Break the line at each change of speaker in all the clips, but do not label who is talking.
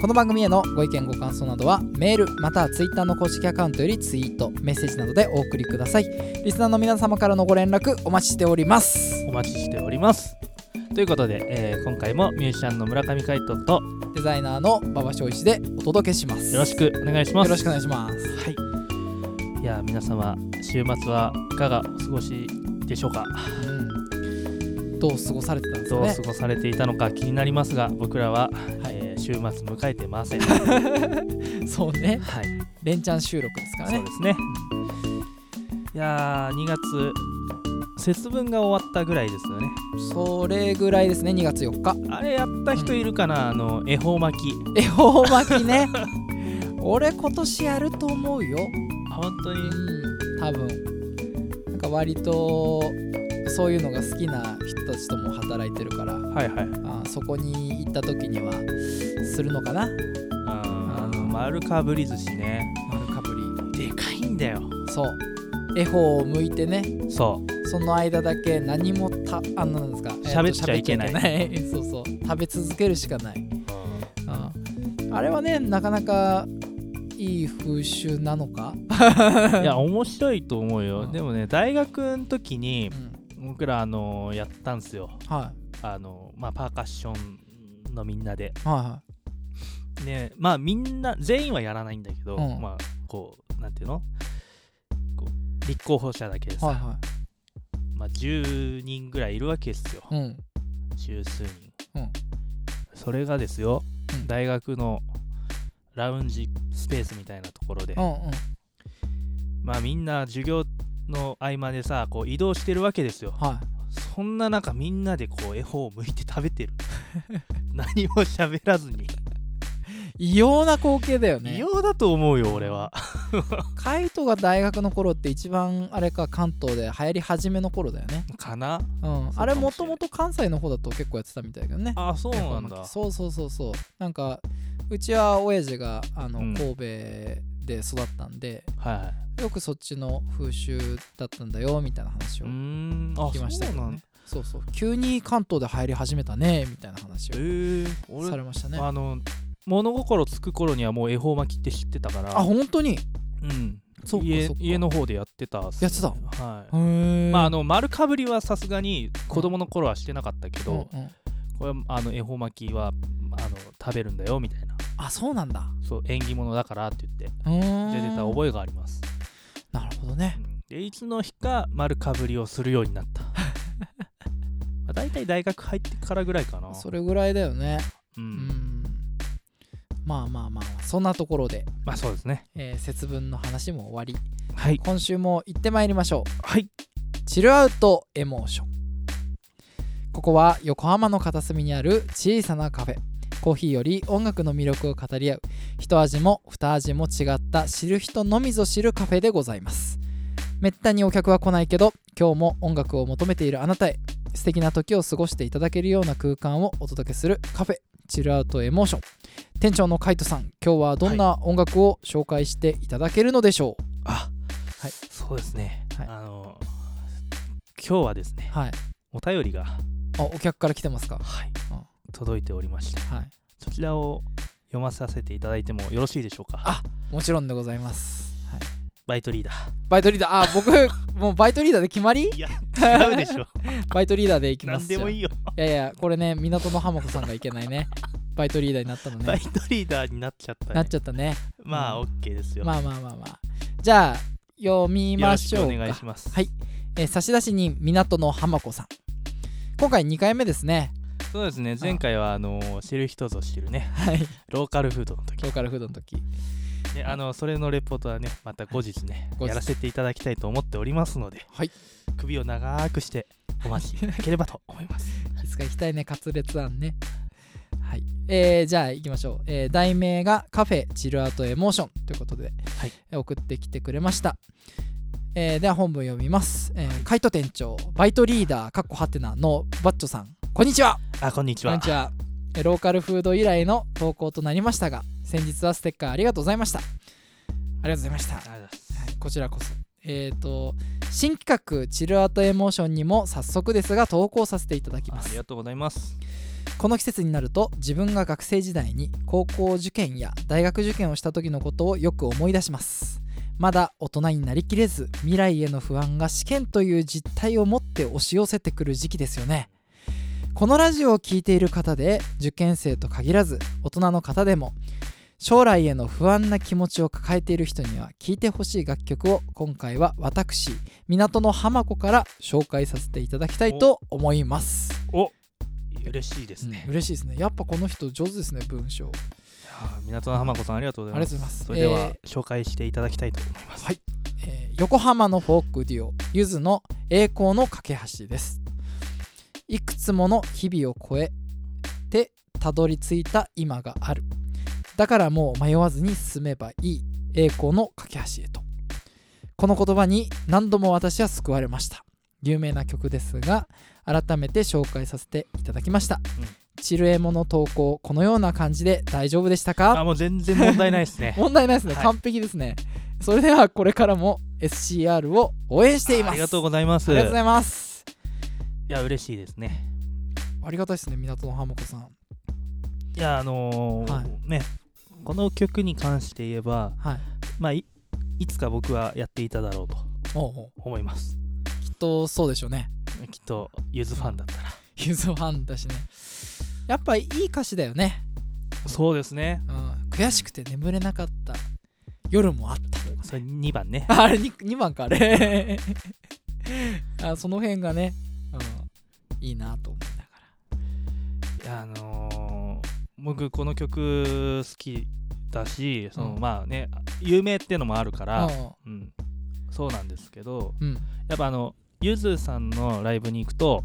この番組へのご意見ご感想などはメールまたはツイッターの公式アカウントよりツイートメッセージなどでお送りくださいリスナーの皆様からのご連絡お待ちしております
お待ちしておりますということで、えー今回もミュージシャンの村上海人と
デザイナーの馬場翔一でお届けします
よろしくお願いします
よろしくお願いします
はいいやー皆様週末はいかがお過ごしでしょうか
うんどう過ごされてたんです
ど
か
う
ね
過ごされていたのか気になりますが僕らは、
はい
えー週末迎えてません
そうね
はい
連チャン収録ですから
そう
ね
ですね。いやー、2月、節分が終わったぐらいですよね。
それぐらいですね2月4日
あれやった人いるかな、あの、恵方巻き。
恵方巻 きね俺今年やると思うよ
あ、本当
う
に。
ん多分なんか割とそういうのが好きな人たちとも働いてるから
はいはい。
あそこに行った時にはするのかな
あの、丸かぶり寿司ね。
丸かぶ
でかいんだよ。
りそう恵方を向いてね
そう。
その間だけ何もたあのなんですかえーと
喋っちゃいけない
喋っちゃいけない そうそう食べ続けるしかないああれはねなかなかいい風習なのか、
いや、面白いと思うよ。
うん
でもね、大学の時に
う、ん、
僕ら、あのやったんですよ。
は
あのまあ、パーカッションのみんなで。
いはいはい
ねまあみんな全員はやらないんだけど、
うん
まあこうなんていうのこう立候補者だけでさ、
はいは
まあ、10人ぐらいいるわけですよ
い。うん。
十数人、
うん
それがですよ、
うん
大学のラウンジスペースみたいなところで、
うんうん。
まあみんな授業の合間でさこう移動してるわけですよ
は
そんな中みんなでこう絵本を向いて食べ てる何も喋らずに、
い。異様な光景だよね。
異様だと思うよ俺は
カイトが大学の頃って一番あれか関東で流行り始めの頃だよね。
かな
うん。
そう
あれ
かも
も
しれ
と
ない
もと関西の方だと結構やってたみたいだけどね。
あそうなん
やっぱ
だ
そうそうそうそう。なんかうちは親父があの
うん
神戸で育ったんで、
はい
よくそっちの風習だったんだよみたいな話を
うーんあ
聞きましたけ
そう
ど
なん
ね
だ。
そうそう急に関東で入り始めたねみたいな話
え
を
ー、
さ
俺、
れましたね。
あの物心つく頃にはもう恵方巻きって知ってたから
あ本当に
うん
そうか
家
そうか
家の方でやってたっす
やってた
はい、
へ
まああ
の
の丸かぶりはさすがに子供の頃はしてなかったけど、これはあの恵方巻きはあの食べるんだよみたいな
あそうなんだ
そう縁起物だからって言って
うーん
出てた覚えがあります、
なるほどね
うんでいつの日か丸かぶりをするようになった まあ大体大学入ってからぐらいかな
それぐらいだよね
う、
うんんまあまあまあそんなところで、
まあそうですね
えー節分の話も終わり
はい
今週も行ってまいりましょ
はい。
うチルアウトエモーションここは横浜の片隅にある小さなカフェコーヒーより音楽の魅力を語り合う一味も二味も違った知る人のみぞ知るカフェでございますめったにお客は来ないけど今日も音楽を求めているあなたへ素敵な時を過ごしていただけるような空間をお届けするカフェチルアウトエモーション店長のカイトさん今日はどんな音楽を紹介していただけるのでしょう
あ、
はい
そうですね。
はい
あの今日はですね、
はい、
お便りが、
あお客から来てますか
はい
あ
届いておりまして、
はい
そちらを読ませさせていただいてもよろしいでしょうか。
あもちろんでございます、はい、
バイトリーダー。
バイトリー ダーあ僕もうバイトリーダーで決まり
いや、 違うでしょ。
バイトリーダーでいきま
何
す
でも
い
いいよ。
いやいやこれね港の浜子さんがいけな いねバイトリーダーになったのね
バイトリーダーになっちゃった、ね。
なっちゃったね
まあ、
う
オッケーですよ。
まあまあまあまあじゃあ読み
よ
ま
ろし
し
く
ょう
お
か
願いします。
はいえー差出人港の浜子さん今回2回目ですね
そうですね。前回はあの知る人ぞ知るね、
はい
ローカルフードの時、
ローカルフードの時
ね、あのそれのレポートはね、また後日ね、
後日
やらせていただきたいと思っておりますので、
はい
首を長く してお待ちいただければと思います。
いつか行きたいね、カツレツ案ね。はい、えーじゃあ行きましょう、えー題名がカフェチルアートエモーションということで、
はい
えー送ってきてくれました、えーでは本文読みます、えー、カイト店長バイトリーダーかっこはてなのバッチョさんこんにちは
あこんにち
こん
は
にちはえローカルフード以来の投稿となりましたが先日はステッカーありがとうございましたありがとうございました
ありがとうございます
はいこちらこそ。えっ、と、新企画、チルアートエモーションにも早速ですが投稿させていただきま
あり
す。
がとうございます
この季節になると、自分が学生時代に高校受験や大学受験をした時のことをよく思い出します。まだ大人になりきれず、未来への不安が試験という実態を持って押し寄せてくる時期ですよね。このラジオを聴いている方で、受験生と限らず、大人の方でも、将来への不安な気持ちを抱えている人には聴いてほしい楽曲を今回は私港の浜子から紹介させていただきたいと思います、
お嬉しいですね、
うん嬉しいですねやっぱこの人上手ですね文章
あ港の浜子さんありがとうございます
ありがとうございます
それでは、
え
紹介していただきたいと思います
はいえー横浜のフォークデュオゆずの栄光の架け橋ですいくつもの日々を越えてたどり着いた今があるだからもう迷わずに進めばいい栄光の架け橋へとこの言葉に何度も私は救われました有名な曲ですが改めて紹介させていただきました、
うん
チルエモの投稿このような感じで大丈夫でしたか
あもう全然問題ないです ね
問題ないですね、
はい
完璧ですねそれではこれからも SCR を応援しています
ありがとう
あ
ございます
り
い
がとうございます
や嬉しいですね
ありがたいですね港の浜子さん
いやあのー
は
ねこの曲に関して言えば
はい
まあいいつか僕はやっていただろうと
おうおう
思います
きっとそうでしょうね
きっとゆずファンだったら
ゆずファンだしねやっぱいい歌詞だよね、
そうですね
うん、悔しくて眠れなかった夜もあった
それ2番ね
あれ 2, 2番かあれ あその辺がね、うん、いいなと思いな
い
が
やあのー僕この曲好きだしその、
うん
まあね有名ってのもあるから
ら
うん、そうなんですけど
うんうん
やっぱあのゆずさんのライブに行くと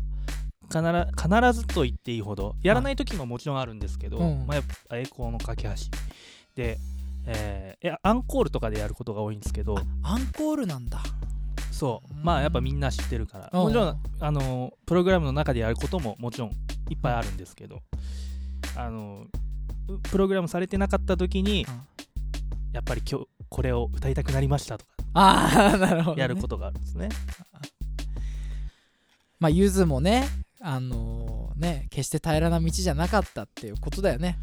必必ずと言っていいほどやらない時ももちろんあるんですけど、
うん
まあ、やっぱ栄光の架け橋で、えーいやアンコールとかでやることが多いんですけど
アンコールなんだ
そう
うん
まあやっぱみんな知ってるから、
うん
もちろんあのプログラムの中でやることももちろんいっぱいあるんですけど、あのうプログラムされてなかった時に、
うん
やっぱり今日これを歌いたくなりましたとか
ああなるほど、ね、
やることがあるんですね。
まあゆずもねあのね決して平らな道じゃなかったっていうことだよね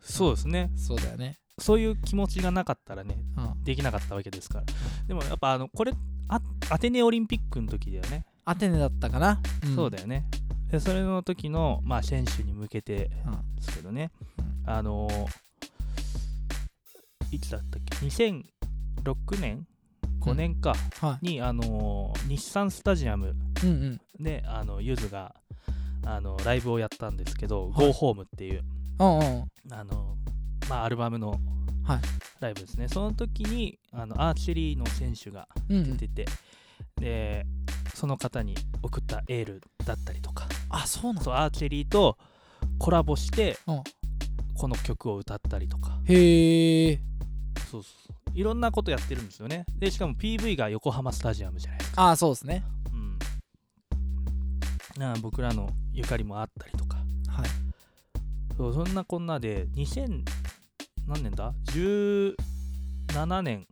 そうですね
そうだよね
そういう気持ちがなかったらね
うん
できなかったわけですからでもやっぱあのこれあアテネオリンピックの時だよね、
アテネだったかな、ん
そうだよねでそれの時の、まあ、選手に向けて
うん
ですけどね、
うん
あのーいつだったっけ2006年5年か、
は
にあのー日産スタジアム
いうんうん
であのゆずがあのライブをやったんですけど「
はい
GoHome」っていう
うんうん
あの、まあ、アルバムの
はい
ライブですね、その時にあのアーチェリーの選手が
うんうん
出てて、でその方に送ったエールだったりとか
あそうなんだ
そうアーチェリーとコラボして
うん
この曲を歌ったりとか
へえ
そうそうそういろんなことやってるんですよねでしかも PV が横浜スタジアムじゃないですか、
あそうですね
うん、なあ僕らのゆかりもあったりとか
はい
そうそんなこんなで2000何年だ ?17 年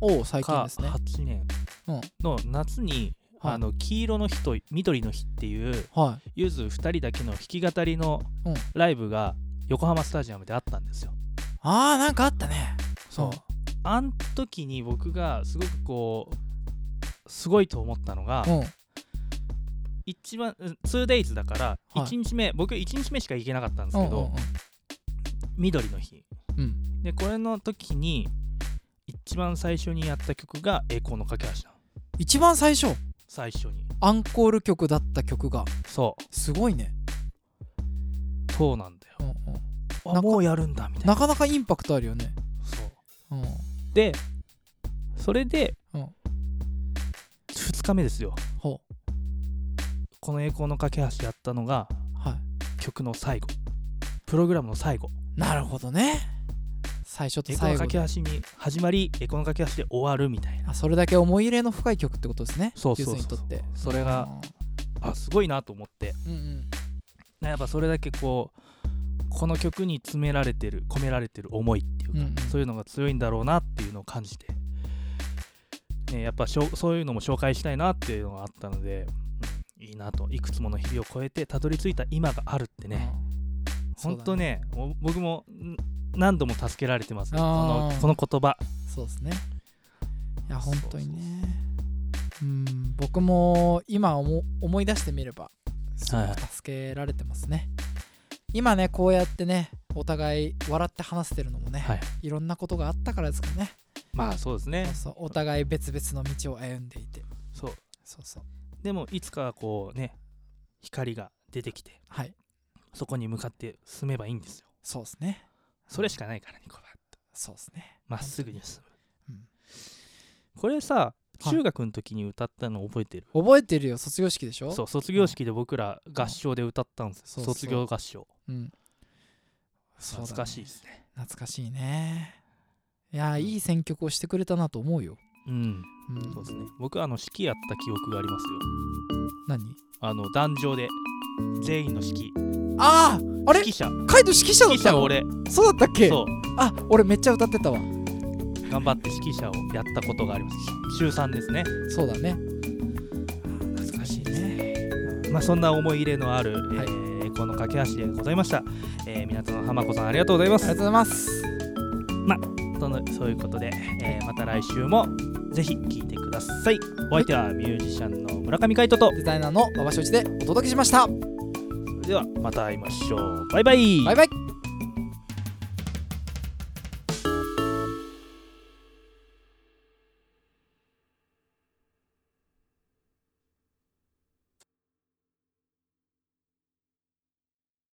おお最近
か
ですね
8年
うん
の夏に、
はい
あの黄色の日と緑の日っていう
は
ゆず2人だけの弾き語りの
うん
ライブが横浜スタジアムであったんですよ。
いあーなんかあったね
そうあん時に僕がすごくこうすごいと思ったのが、
うんうん
一番 2days だから
はい
1日目、僕1日目しか行けなかったんです
うん
けど、緑の日
うんうん
でこれの時に一番最初にやった曲が「栄光の架け橋」なの
一番最初
最初に
アンコール曲だった曲が
そう
すごいね、
そうなんだよ
うんうん、なん
あ
か
もうやるんだみたいな
なかなかインパクトあるよね
そう
うん
でそれで、
うん
2日目ですよ
ほう
この「栄光の架け橋」やったのが
はい
曲の最後「プログラムの最後
なるほどね最初と
エコの
最後
架
で
け橋に始まりエコの架け橋で終わるみたいな
あそれだけ思い入れの深い曲ってことですね
そうそうそう
ゆずにとって
それがあすごいなと思って
うんうん
なやっぱそれだけこうこの曲に詰められてる込められてる思いっていうか、
うんうん
そういうのが強いんだろうなっていうのを感じて、ね、やっぱしょそういうのも紹介したいなっていうのがあったので、うんいいなといくつもの日々を超えてたどり着いた今があるってね、
うん
本当ねお僕もん何度も助けられてますねこ
あ
の
ー
この言葉
そうですねいや
そう
本
そう
当にねうん僕も今思思い出してみればすご
はい
く助けられてますね、今ねこうやってねお互い笑って話せてるのもね、
はい
いろんなことがあったからですかね
まあそうですね
そうそうお互い別々の道を歩んでいて
そう
そうそう
でもいつかこうね光が出てきて
はい
そこに向かって進めばいいんですよ
そうですね
それしかないからねこれは
そうですね
まっすぐに進む、
うん
これさ
い
中学の時に歌ったの覚えてる、
覚えてるよ卒業式でしょ
そう卒業式で僕ら合唱で歌ったんですよ、
そうそう
卒業合唱
うんそうだね
懐かしいですね
懐かしいねいやーいい選曲をしてくれたなと思うよ、
うん
うん、
そうですね僕あの式やった記憶がありますよ
何
あの壇上で全員の式
あああれ
指揮者
カイト指揮者だ
指揮
った
者
の
俺
そうだったっけ
そう
あ俺めっちゃ歌ってたわ
頑張って指揮者をやったことがあります中3ですね
そうだね
懐かしい
ね
まあ、そんな思い入れのある、
はい
えーこの架け橋でございました、えー、港の浜子さんありがとうございま
あり
す
がとうございます
そのそういうことで、えーまた来週もぜひ聴いてくださいお相手はミュージシャンの村上海人と
デザイナーの馬場正一でお届けしました
それではまた会いましょうバイバイ
バイバイ